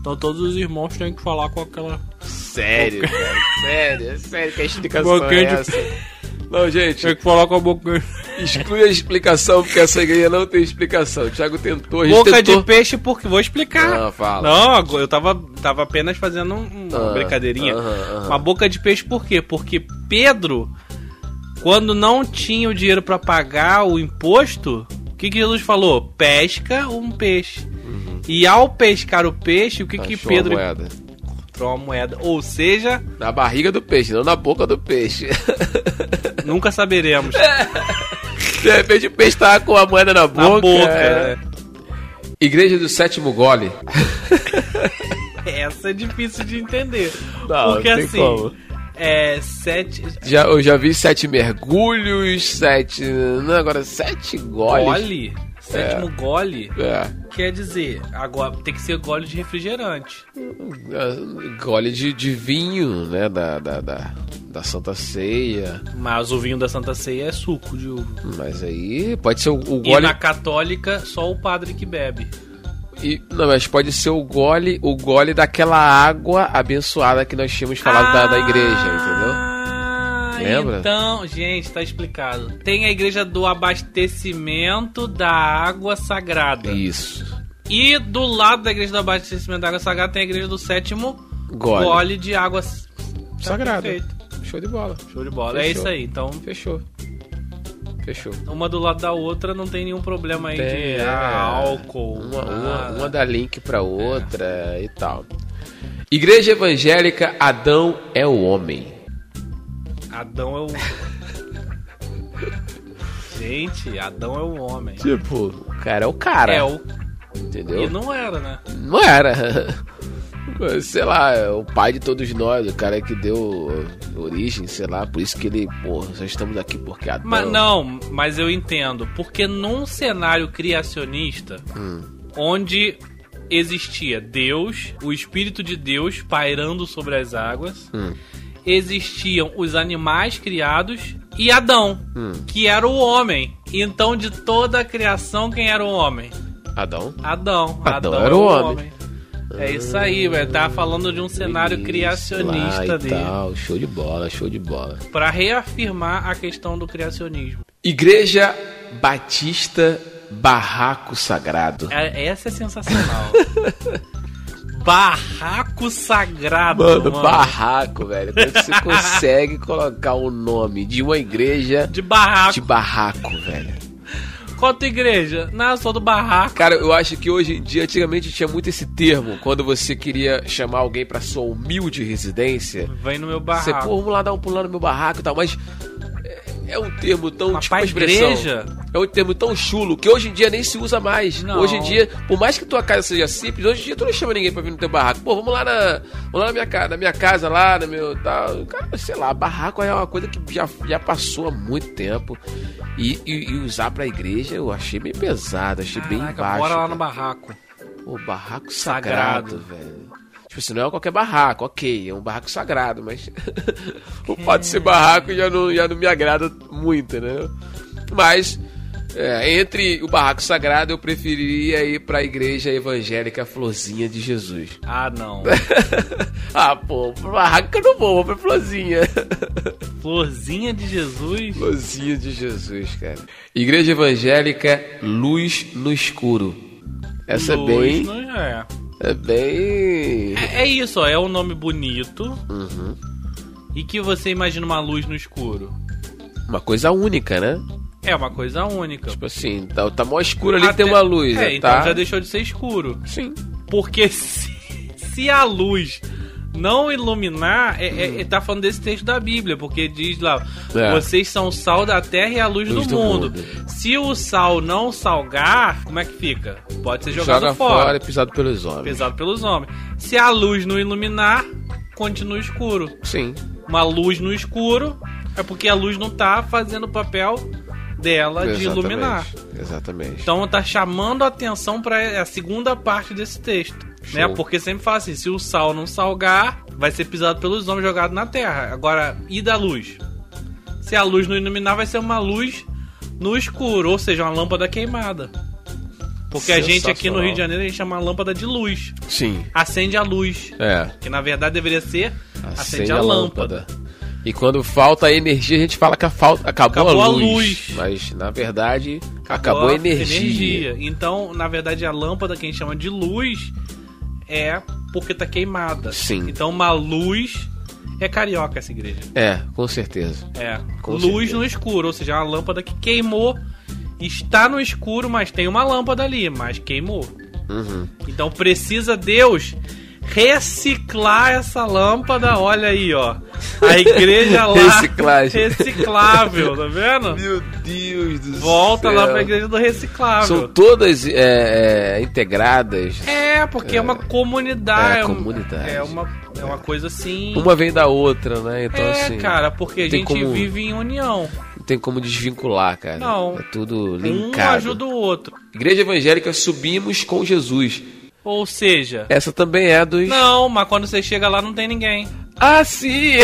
B: Então todos os irmãos têm que falar com aquela.
A: Sério, cara. Sério, sério [LAUGHS] que a explicação é
B: Boquinha de-
A: Não, gente,
B: que falar com a boquinha.
A: Exclui a explicação, porque essa igreja não tem explicação. O Thiago tentou, a gente
B: Boca
A: tentou.
B: de peixe, porque. Vou explicar.
A: Ah, fala.
B: Não, agora eu tava, tava apenas fazendo um- uma
A: Ah,
B: brincadeirinha.
A: aham, aham.
B: Uma boca de peixe, por quê? Porque Pedro, quando não tinha o dinheiro pra pagar o imposto, o que, que Jesus falou? Pesca um peixe. E ao pescar o peixe, o que, que
A: Uhum. Achou
B: Pedro
A: a moeda.
B: encontrou? Uma moeda. Ou seja,
A: Na barriga do peixe, não na boca do peixe. [LAUGHS]
B: nunca saberemos.
A: De repente o peixe tava com a moeda na boca.
B: Na boca.
A: é.
B: né?
A: Igreja do sétimo gole.
B: Essa é difícil de entender.
A: Não,
B: porque
A: não tem
B: assim.
A: como.
B: É, sete.
A: Já, eu já vi sete mergulhos, sete. Não, agora sete goles.
B: Gole? Sétimo gole?
A: É.
B: Quer dizer, agora tem que ser gole de refrigerante.
A: Gole de, de vinho, né? Da, da, da, da Santa Ceia.
B: Mas o vinho da Santa Ceia é suco de uva.
A: Mas aí pode ser o, o
B: E
A: gole.
B: na católica, só o padre que bebe.
A: E- não, mas pode ser o gole, o gole daquela água abençoada que nós tínhamos falado da, da igreja,
B: Ah,
A: Lembra?
B: Então, gente, tá explicado. Tem a igreja do abastecimento da água sagrada.
A: entendeu? Isso.
B: E do lado da igreja do abastecimento da água sagrada tem a igreja do sétimo
A: Gole.
B: gole de água s- Tá
A: Sagrada.
B: perfeito.
A: Show de bola.
B: Show de bola. É
A: Fechou.
B: isso aí. Então,
A: Fechou. Fechou.
B: uma do lado da outra não tem nenhum problema aí
A: Tem,
B: de
A: é,
B: ah, álcool.
A: Uma,
B: ah,
A: uma, uma dá link pra outra e tal. Igreja evangélica, Adão é o homem.
B: Adão é o. [LAUGHS] Gente, Adão é o homem.
A: Tipo, o cara é o cara.
B: É o.
A: Entendeu?
B: E não era, né?
A: Não era. [LAUGHS] Sei lá, é o pai de todos nós, o cara que deu origem, sei lá, por isso que ele, porra, só estamos aqui porque Adão.
B: Mas não, mas eu entendo. Porque num cenário criacionista,
A: Hum.
B: onde existia Deus, o Espírito de Deus pairando sobre as águas,
A: Hum.
B: existiam os animais criados e Adão,
A: Hum.
B: que era o homem. Então, de toda a criação, quem era o homem?
A: Adão?
B: Adão.
A: Adão era o homem.
B: É isso aí, velho. Tava falando de um cenário
A: Isso, lá
B: criacionista
A: e
B: dele.
A: Tal. Show de bola, show de bola.
B: Pra reafirmar a questão do criacionismo.
A: Igreja Batista Barraco Sagrado.
B: É- Essa é
A: [LAUGHS]
B: sensacional. Barraco sagrado,
A: Mano,
B: É, mano.
A: barraco, velho. Como é
B: [LAUGHS]
A: que você consegue colocar o nome de uma igreja
B: De barraco.
A: de barraco, velho?
B: Qual a tua igreja? Não, eu sou do barraco.
A: Cara, eu acho que hoje em dia, antigamente tinha muito esse termo, quando você queria chamar alguém pra sua humilde residência.
B: Vem no meu
A: Você,
B: barraco.
A: pô, vamos lá dar um pulo lá no meu barraco e tal, mas é- é um termo tão
B: Mas
A: tipo
B: pra
A: uma expressão.
B: igreja?
A: É um termo tão chulo que hoje em dia nem se usa mais.
B: Não.
A: Hoje em dia, por mais que tua casa seja simples, hoje em dia tu não chama ninguém pra vir no teu barraco. Pô, vamos lá na, vamos lá na, minha, ca- na minha casa, lá no meu tal. Cara, sei lá, barraco é uma coisa que já, já passou há muito tempo. E, e- e usar pra igreja eu achei meio pesado, achei bem
B: Caraca,
A: baixo.
B: bora lá no
A: cara.
B: barraco.
A: O barraco sagrado, velho. Tipo assim, não é qualquer barraco, ok, é um barraco sagrado, mas [LAUGHS] o fato de ser barraco já não, já não me agrada muito, né? Mas é, entre o barraco sagrado eu preferiria ir pra igreja evangélica Florzinha de Jesus. [LAUGHS]
B: Ah, não.
A: ah, pô, pro barraco eu não vou, vou pra Florzinha. [LAUGHS]
B: Florzinha de Jesus.
A: Florzinha de Jesus, cara. Igreja evangélica Luz no Escuro. Essa
B: Luz,
A: é bem.
B: não é.
A: É bem.
B: É, é isso, ó. É um nome bonito.
A: Uhum.
B: E que você imagina uma luz no escuro.
A: Uma coisa única, né?
B: É uma coisa única.
A: Tipo assim, tá, tá mó escuro ali,
B: Até-
A: tem uma luz,
B: É,
A: né?
B: então
A: tá?
B: já deixou de ser escuro.
A: Sim.
B: Porque [LAUGHS] se, se a luz não iluminar, é, é- é- tá falando desse texto da Bíblia, porque diz lá:
A: É.
B: vocês são o sal da terra e a luz,
A: Luz
B: do,
A: do
B: mundo.
A: mundo.
B: Se o sal não salgar, como é que fica? Pode ser jogado
A: Joga
B: fora,
A: fora, é pisado pelos homens.
B: pesado pelos homens. Se a luz não iluminar, continua escuro.
A: Sim.
B: Uma luz no escuro é porque a luz não tá fazendo o papel dela de
A: exatamente,
B: iluminar.
A: Exatamente.
B: Então tá chamando a atenção para a segunda parte desse texto, né?
A: Show.
B: Porque sempre fala assim, se o sal não salgar, vai ser pisado pelos homens, jogado na terra. Agora, e da luz? Se a luz não iluminar, vai ser uma luz no escuro, ou seja, uma lâmpada queimada. Porque a gente aqui no Rio de Janeiro, a gente chama lâmpada de luz.
A: Sim.
B: Acende a luz,
A: É.
B: que na verdade deveria ser acende,
A: Acende
B: a,
A: a
B: lâmpada.
A: lâmpada. E quando falta energia, a gente fala que a falta, acabou,
B: Acabou
A: a,
B: a
A: luz,
B: luz.
A: Mas, na verdade, acabou a
B: Ó,
A: energia.
B: Então, na verdade, a lâmpada que a gente chama de luz é porque tá queimada.
A: Sim.
B: Então, uma luz é carioca essa igreja.
A: É, com certeza.
B: É.
A: Com
B: luz
A: certeza.
B: no escuro, ou seja, é uma lâmpada que queimou, está no escuro, mas tem uma lâmpada ali, mas queimou.
A: Uhum.
B: Então, precisa Deus reciclar essa lâmpada, olha aí, ó. A
A: [LAUGHS]
B: igreja lá
A: Reciclagem.
B: reciclável, tá vendo?
A: Meu Deus do
B: Volta
A: céu.
B: lá pra igreja do reciclável.
A: São todas é, é, integradas.
B: É, porque é, uma comunidade.
A: É,
B: um-
A: comunidade.
B: É uma, é uma coisa assim.
A: Uma vem da outra, né? Então,
B: é,
A: assim.
B: cara, porque a
A: tem
B: gente
A: como-
B: vive em união.
A: Não tem como desvincular, cara.
B: Não.
A: É tudo
B: Um
A: linkado.
B: ajuda o outro.
A: Igreja Evangélica Subimos com Jesus.
B: Ou seja.
A: Essa também é dos.
B: Não, mas quando você chega lá não tem ninguém.
A: Ah, sim!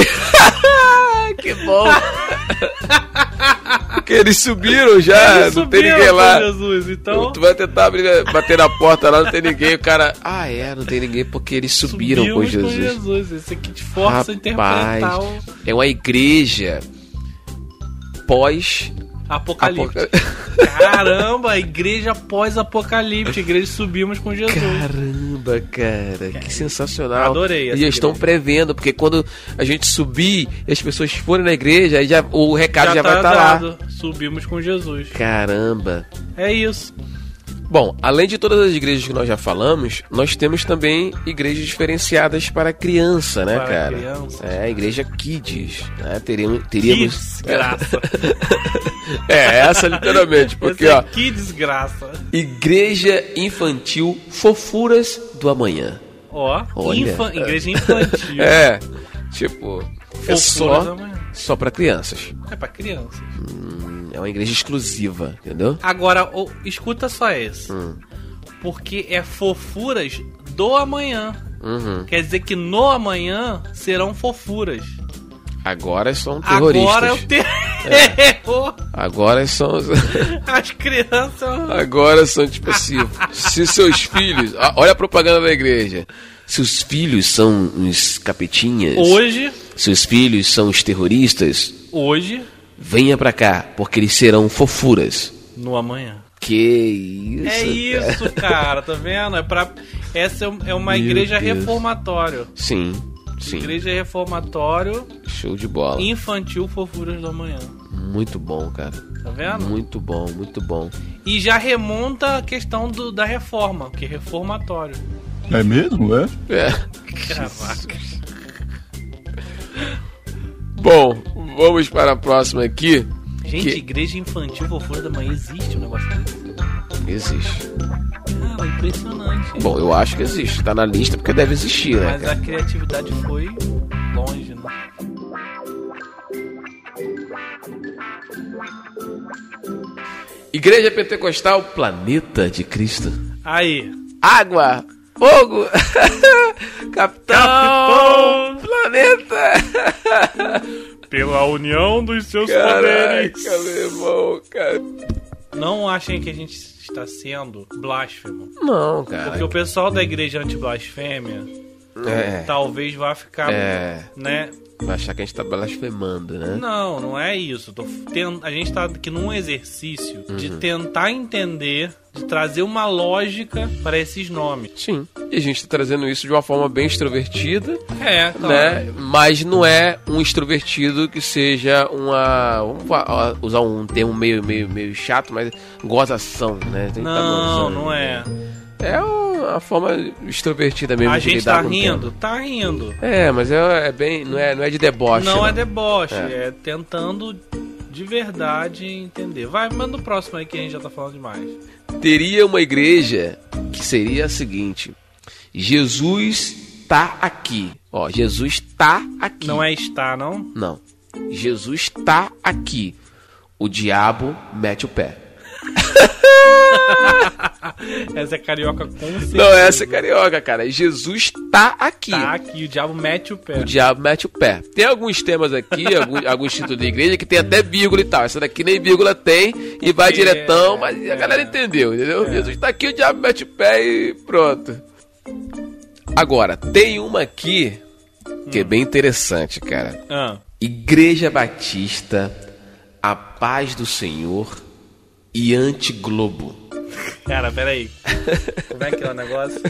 A: [LAUGHS] que bom! Porque eles subiram já,
B: Eles
A: É, não tem
B: subiram
A: ninguém
B: com
A: lá.
B: Jesus, então.
A: Tu vai tentar abrir- bater na porta lá, não tem ninguém. O cara, ah, é, não tem ninguém porque eles subiram com
B: subimos
A: Jesus.
B: Jesus. Isso aqui te força a interpretar o
A: É uma igreja pós.
B: Apocalipse.
A: Apoca- [LAUGHS]
B: Caramba, igreja pós-apocalipse. Igreja subimos com Jesus.
A: Caramba, cara, que sensacional.
B: Adorei essa
A: E eles estão
B: igreja.
A: prevendo, porque quando a gente subir e as pessoas forem na igreja, aí já, tá o
B: tá
A: recado já, vai estar lá.
B: Subimos com Jesus.
A: Caramba.
B: É isso.
A: Bom, além de todas as igrejas que nós já falamos, nós temos também igrejas diferenciadas para criança, né,
B: Para
A: cara?
B: criança.
A: É, a igreja Kids, né? Teremos,
B: Que
A: teríamos...
B: desgraça.
A: [LAUGHS] É, essa literalmente, porque,
B: Esse é
A: ó,
B: Que desgraça.
A: Igreja Infantil Fofuras do Amanhã.
B: Ó,
A: Olha.
B: infa- igreja infantil. É.
A: [LAUGHS] É, tipo, é
B: Fofuras do
A: só,
B: Amanhã.
A: só pra crianças.
B: É pra criança.
A: Hum, É uma igreja exclusiva, entendeu?
B: Agora, ô, escuta só esse.
A: Hum.
B: Porque é fofuras do amanhã.
A: Uhum.
B: Quer dizer que no amanhã serão fofuras.
A: Agora são terroristas. É.
B: Agora é eu [LAUGHS] terror.
A: Agora são.
B: É, As crianças.
A: [LAUGHS] Agora são tipo assim. se seus filhos. ó, Olha a propaganda da igreja. Seus filhos são uns capetinhas.
B: Hoje,
A: Seus filhos são os terroristas.
B: hoje,
A: Venha pra cá, porque eles serão fofuras.
B: no amanhã.
A: Que isso?
B: É
A: cara.
B: isso, cara, tá vendo? É pra... Essa é um- é uma
A: Meu
B: igreja
A: Deus.
B: reformatório.
A: Sim, sim.
B: Igreja reformatório,
A: Show de bola.
B: infantil, fofuras do amanhã.
A: Muito bom, cara.
B: Tá vendo?
A: Muito bom, muito bom.
B: E já remonta a questão do, da reforma, que é reformatório.
D: É mesmo? É?
A: É. [LAUGHS]
B: Caraca.
A: Bom, vamos para a próxima aqui.
B: Gente,
A: Que-
B: igreja infantil, fofura da manhã, existe um negócio desse?
A: Existe.
B: Cara, impressionante.
A: Bom, eu acho que existe. Tá na lista porque deve existir, né,
B: Mas
A: cara?
B: a criatividade foi longe, né?
A: Igreja Pentecostal, Planeta de Cristo.
B: Aí,
A: Água, fogo, [LAUGHS] capitão, planeta.
B: pela união dos seus
A: Caraca, meu irmão, cara.
B: Não achem que a gente está sendo blasfemo.
A: Não,
B: Porque
A: cara.
B: o pessoal da igreja antiblasfêmia
A: É,
B: talvez vá ficar,
A: É.
B: né?
A: vai achar que a gente tá blasfemando, né?
B: Não, não é isso. Tô ten- A gente tá aqui num exercício
A: Uhum.
B: de tentar entender, de trazer uma lógica para esses nomes.
A: Sim. E a gente tá trazendo isso de uma forma bem extrovertida,
B: É, claro.
A: né? Mas não é um extrovertido que seja uma. Vamos fa- ó, usar um termo meio, meio, meio chato, mas gozação, né? Tem que tá
B: Não,
A: gozando.
B: não é.
A: É uma forma extrovertida mesmo
B: A
A: de
B: gente
A: lidar
B: tá
A: com o
B: rindo, tá rindo.
A: tempo. É, mas é, é bem. Não é, não é de deboche.
B: não é deboche, é. tentando de verdade entender. Vai, manda o próximo aí que a gente já tá falando demais.
A: Teria uma igreja que seria a seguinte: Jesus tá aqui. Ó, Jesus tá aqui.
B: Não é estar,
A: [LAUGHS]
B: não?
A: Não. Jesus tá aqui. O diabo mete o pé.
B: Essa é carioca com certeza.
A: Não, essa é carioca, cara. Jesus tá aqui.
B: Tá aqui, o diabo mete o pé.
A: O diabo mete o pé. Tem alguns temas aqui, alguns, alguns títulos de igreja que tem até vírgula e tal. Essa daqui nem vírgula tem e vai diretão, mas a galera entendeu, entendeu? Jesus tá aqui, o diabo mete o pé e pronto. Agora, tem uma aqui que é bem interessante, cara.
B: Ah,
A: Igreja Batista, a paz do Senhor e anti-globo.
B: cara,
A: [LAUGHS]
B: peraí. Como é que é o negócio?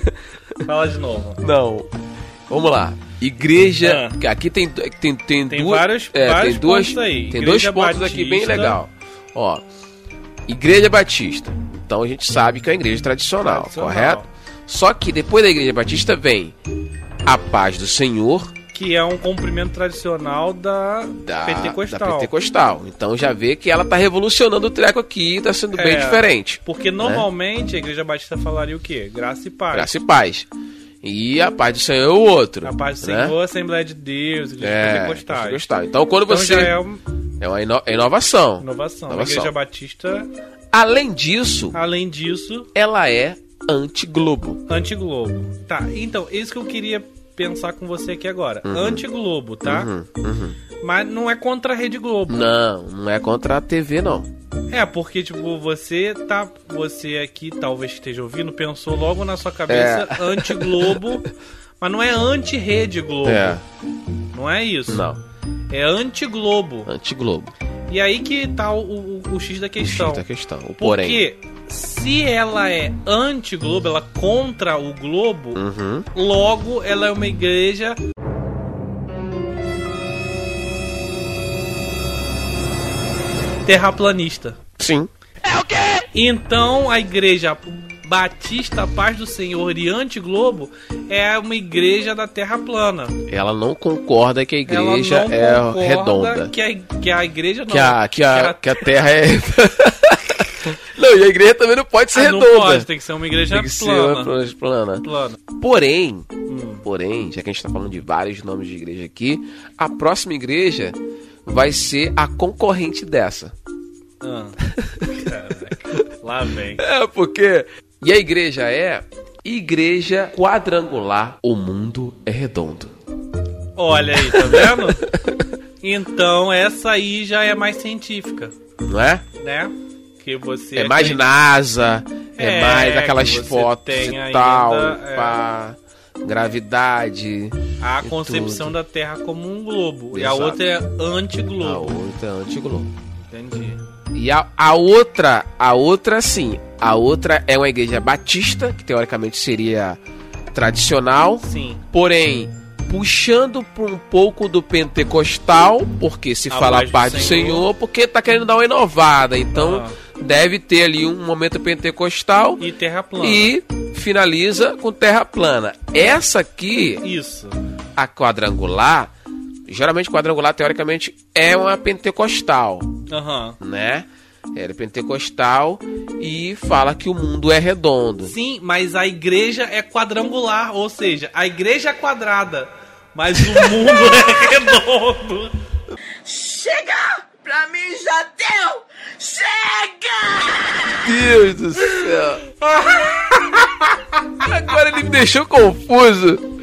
B: Fala de novo.
A: Não. Vamos lá. Igreja. Aqui tem, tem, tem,
B: Ah. Tem
A: duas.
B: vários-
A: é,
B: vários
A: tem duas,
B: pontos aí.
A: Tem dois
B: Igreja
A: pontos aqui bem
B: Batista.
A: legal. Ó. Igreja Batista. Então a gente sabe que é uma igreja tradicional,
B: Tradicional.
A: correto? Só que depois da Igreja Batista vem a paz do Senhor
B: Que é um cumprimento tradicional da,
A: da
B: Pentecostal.
A: da Pentecostal. Então já vê que ela tá revolucionando o treco aqui, tá sendo bem
B: É,
A: diferente.
B: Porque normalmente a igreja batista falaria o quê? Graça e paz.
A: né? Graça e paz. E a paz do Senhor é o outro.
B: A paz do
A: né?
B: Senhor, Assembleia de Deus, igreja
A: É,
B: pentecostais.
A: Pentecostal. Então quando
B: Então
A: você.
B: já é uma
A: É uma ino- é inovação.
B: inovação. A
A: Inovação.
B: igreja batista,
A: Além disso,
B: além disso,
A: ela é anti-globo.
B: anti-globo. Tá, então, isso que eu queria pensar com você aqui agora.
A: Uhum.
B: Anti-globo, tá? Mas não é contra a Rede Globo.
A: Não, não é contra a TV, não.
B: É, porque, tipo, você tá. Você aqui, talvez que esteja ouvindo, pensou logo na sua cabeça
A: É. [LAUGHS]
B: anti-Globo. mas não é anti-Rede Globo.
A: É,
B: Não é isso.
A: não.
B: É anti-Globo.
A: Anti-globo.
B: E aí que tá o, o- o X da questão.
A: Então, questão. O porém.
B: Porque se ela é anti-Globo, ela é contra o Globo,
A: Uhum.
B: logo ela é uma igreja. terraplanista.
A: Sim.
B: Então a igreja Batista Paz do Senhor Oriente Globo é uma igreja da Terra plana.
A: Ela não concorda que a
B: Ela
A: igreja
B: não
A: é
B: concorda
A: redonda.
B: Que a, que a igreja não
A: Que a, que a,
B: que
A: que a terra [LAUGHS] é. não, e a igreja também não pode ser
B: Ah, não
A: redonda.
B: pode, tem que ser uma igreja
A: Tem que ser
B: plana.
A: uma plana.
B: plana.
A: Porém,
B: Hum.
A: porém, já que a gente tá falando de vários nomes de igreja aqui, a próxima igreja vai ser a concorrente dessa.
B: Ah. Caraca. Lá vem.
A: É, porque. E a igreja é. Igreja quadrangular, o mundo é redondo.
B: Olha aí, tá vendo? Então essa aí já é mais científica,
A: Não é?
B: né? Que você
A: É, mais NASA, é,
B: É,
A: mais aquelas
B: que você
A: fotos
B: tem
A: e tal,
B: ainda, é.
A: pá, gravidade.
B: a
A: e
B: concepção
A: tudo.
B: da Terra como um globo. E a
A: Exato.
B: outra é
A: A
B: anti-globo.
A: outra é antiglobo.
B: Entendi.
A: E a, a outra, a outra sim, a outra é uma igreja batista, que teoricamente seria tradicional,
B: Sim.
A: porém puxando por um pouco do pentecostal, porque se
B: A
A: fala
B: paz do
A: paz do Senhor.
B: Senhor,
A: porque tá querendo dar uma inovada, então
B: Ah.
A: deve ter ali um momento pentecostal
B: E Terra plana.
A: e finaliza com terra plana. Essa aqui,
B: Isso.
A: a quadrangular, geralmente quadrangular teoricamente é uma pentecostal
B: Aham.
A: né? Era pentecostal e fala que o mundo é redondo.
B: Sim, mas a igreja é quadrangular, ou seja, a igreja é quadrada, mas [LAUGHS] o mundo é redondo.
D: Chega! Pra mim já deu! Chega!
A: Deus do céu! [LAUGHS] Agora ele me deixou confuso.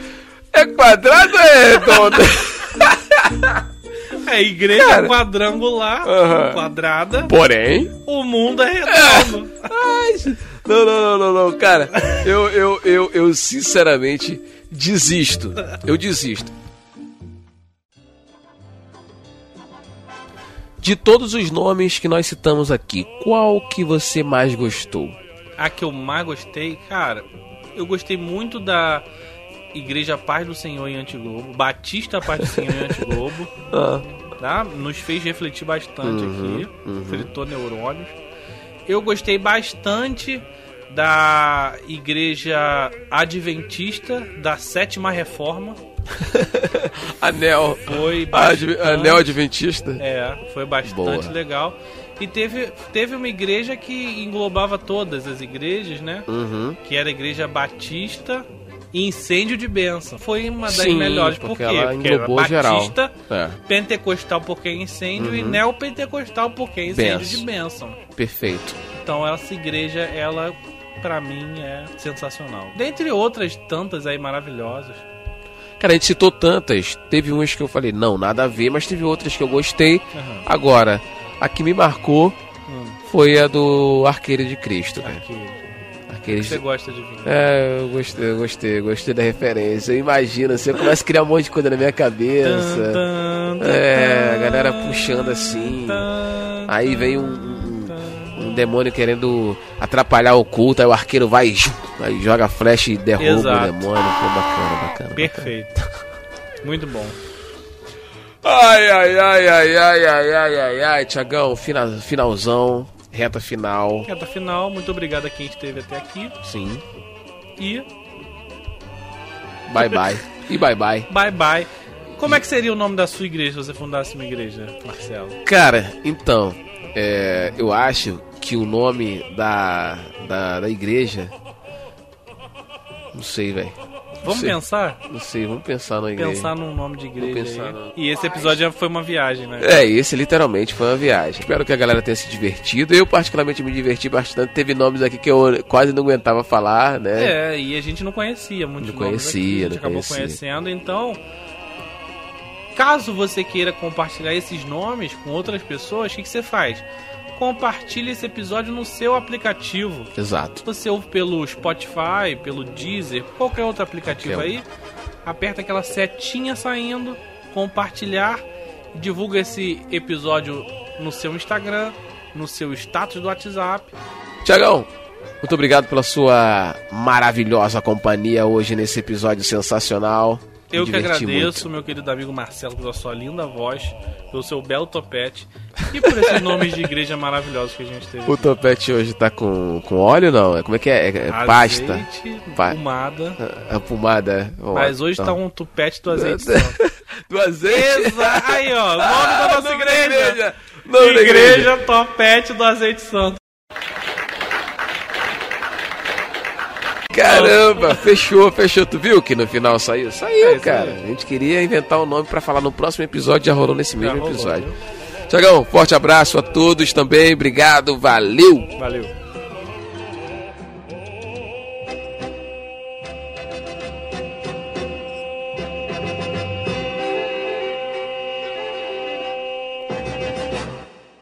A: É quadrado ou é redondo?
B: A igreja
A: Cara.
B: é quadrangular,
A: Aham.
B: quadrada,
A: [LAUGHS] Porém.
B: o mundo é redondo.
A: Ai, não, não, não, não, não, cara. Eu, eu, eu, eu sinceramente desisto. Eu desisto. De todos os nomes que nós citamos aqui, qual que você mais gostou?
B: A que eu mais gostei, cara, eu gostei muito da Igreja Paz do Senhor em Antiglobo, Batista Paz do Senhor em [LAUGHS] Antiglobo,
A: Ah.
B: tá? Nos fez refletir bastante
A: Uhum,
B: aqui, fritou neurônios. Eu gostei bastante da Igreja Adventista da Sétima Reforma.
A: Anel. [LAUGHS]
B: Foi
A: Adve-
B: bastante...
A: anel Adventista?
B: É, foi bastante
A: ah, Boa.
B: legal. E teve, teve uma igreja que englobava todas as igrejas, né?
A: Uhum.
B: que era a Igreja Batista e Incêndio de Bênção. Foi uma das
A: Sim,
B: melhores. Por
A: porque
B: quê?
A: ela
B: porque era
A: englobou geral.
B: Batista,
A: É.
B: Pentecostal porque é incêndio
A: Uhum.
B: e Neopentecostal porque é incêndio
A: Bênção.
B: de Bênção.
A: Perfeito.
B: Então essa igreja, ela, pra mim, é sensacional. Dentre outras tantas aí maravilhosas.
A: Cara, a gente citou tantas. Teve umas que eu falei, não, nada a ver, mas teve outras que eu gostei.
B: Aham.
A: Agora, a que me marcou
B: Hum,
A: foi a do Arqueiro de Cristo,
B: tá
A: cara.
B: aqui.
A: Arqueiro
B: Você
A: de...
B: gosta de vinho?
A: É, eu gostei, eu gostei, eu gostei da referência. Imagina, você começa a criar um monte de coisa na minha cabeça.
B: Tan, tan, tan,
A: É, a galera puxando assim.
B: tan,
A: Aí vem um- um,
B: tan.
A: um demônio querendo atrapalhar o culto, aí o arqueiro vai e ju- aí joga a flecha e derruba
B: Exato.
A: o demônio. Foi bacana, bacana.
B: Perfeito. Muito bom.
A: Ai, ai, ai, ai, ai, ai, ai, ai, ai, Tiagão, fina- finalzão, reta final.
B: Reta final, muito obrigado a quem esteve até aqui
A: Sim.
B: e
A: Bye bye. E bye bye.
B: bye bye. Como é que seria o nome da sua igreja se você fundasse uma igreja, Marcelo?
A: Cara, então, é, eu acho que o nome da, da, da igreja. Não sei, velho.
B: Vamos
A: Sim.
B: pensar?
A: Não sei, vamos pensar na igreja.
B: Pensar num nome de igreja.
A: Vou pensar
B: aí.
A: no-
B: E esse episódio foi uma viagem, né?
A: É, esse literalmente foi uma viagem. Espero que a galera tenha se divertido. Eu, particularmente, me diverti bastante. Teve nomes aqui que eu quase não aguentava falar, né?
B: É, e a gente não conhecia muito
A: Não conhecia,
B: a gente
A: não
B: acabou
A: conhecia.
B: conhecendo, então. Caso você queira compartilhar esses nomes com outras pessoas, o que, que você faz? Compartilha esse episódio no seu aplicativo.
A: Exato.
B: você ouve pelo Spotify, pelo Deezer, qualquer outro aplicativo
A: Qualquer um.
B: aí, aperta aquela setinha saindo, compartilhar, divulga esse episódio no seu Instagram, no seu status do WhatsApp.
A: Tiagão, muito obrigado pela sua maravilhosa companhia hoje nesse episódio sensacional.
B: Eu
A: Me
B: que
A: diverti
B: agradeço,
A: muito.
B: meu querido amigo Marcelo, pela sua linda voz, pelo seu belo topete e por esses nomes de igreja maravilhosos que a gente teve.
A: O topete hoje tá com, com óleo não? É- Como é que é? É, é pasta.
B: Azeite,
A: Pa-
B: pomada.
A: A pomada. Ó,
B: Mas hoje
A: então.
B: tá um tupete do
A: [LAUGHS]
B: azeite. santo.
A: Do azeite. Ah,
B: Exa- Aí, ó, o nome da nossa
A: Nome da
B: igreja.
A: Nome da
B: Igreja Topete do Azeite Santo.
A: Caramba, fechou, fechou. Tu viu que no final saiu? Saiu,
B: É,
A: cara.
B: saiu.
A: A gente queria inventar um nome pra falar no próximo episódio, já rolou nesse
B: Tá
A: mesmo
B: rolou,
A: episódio. Tiagão, forte abraço a todos também. Obrigado, valeu!
B: Valeu.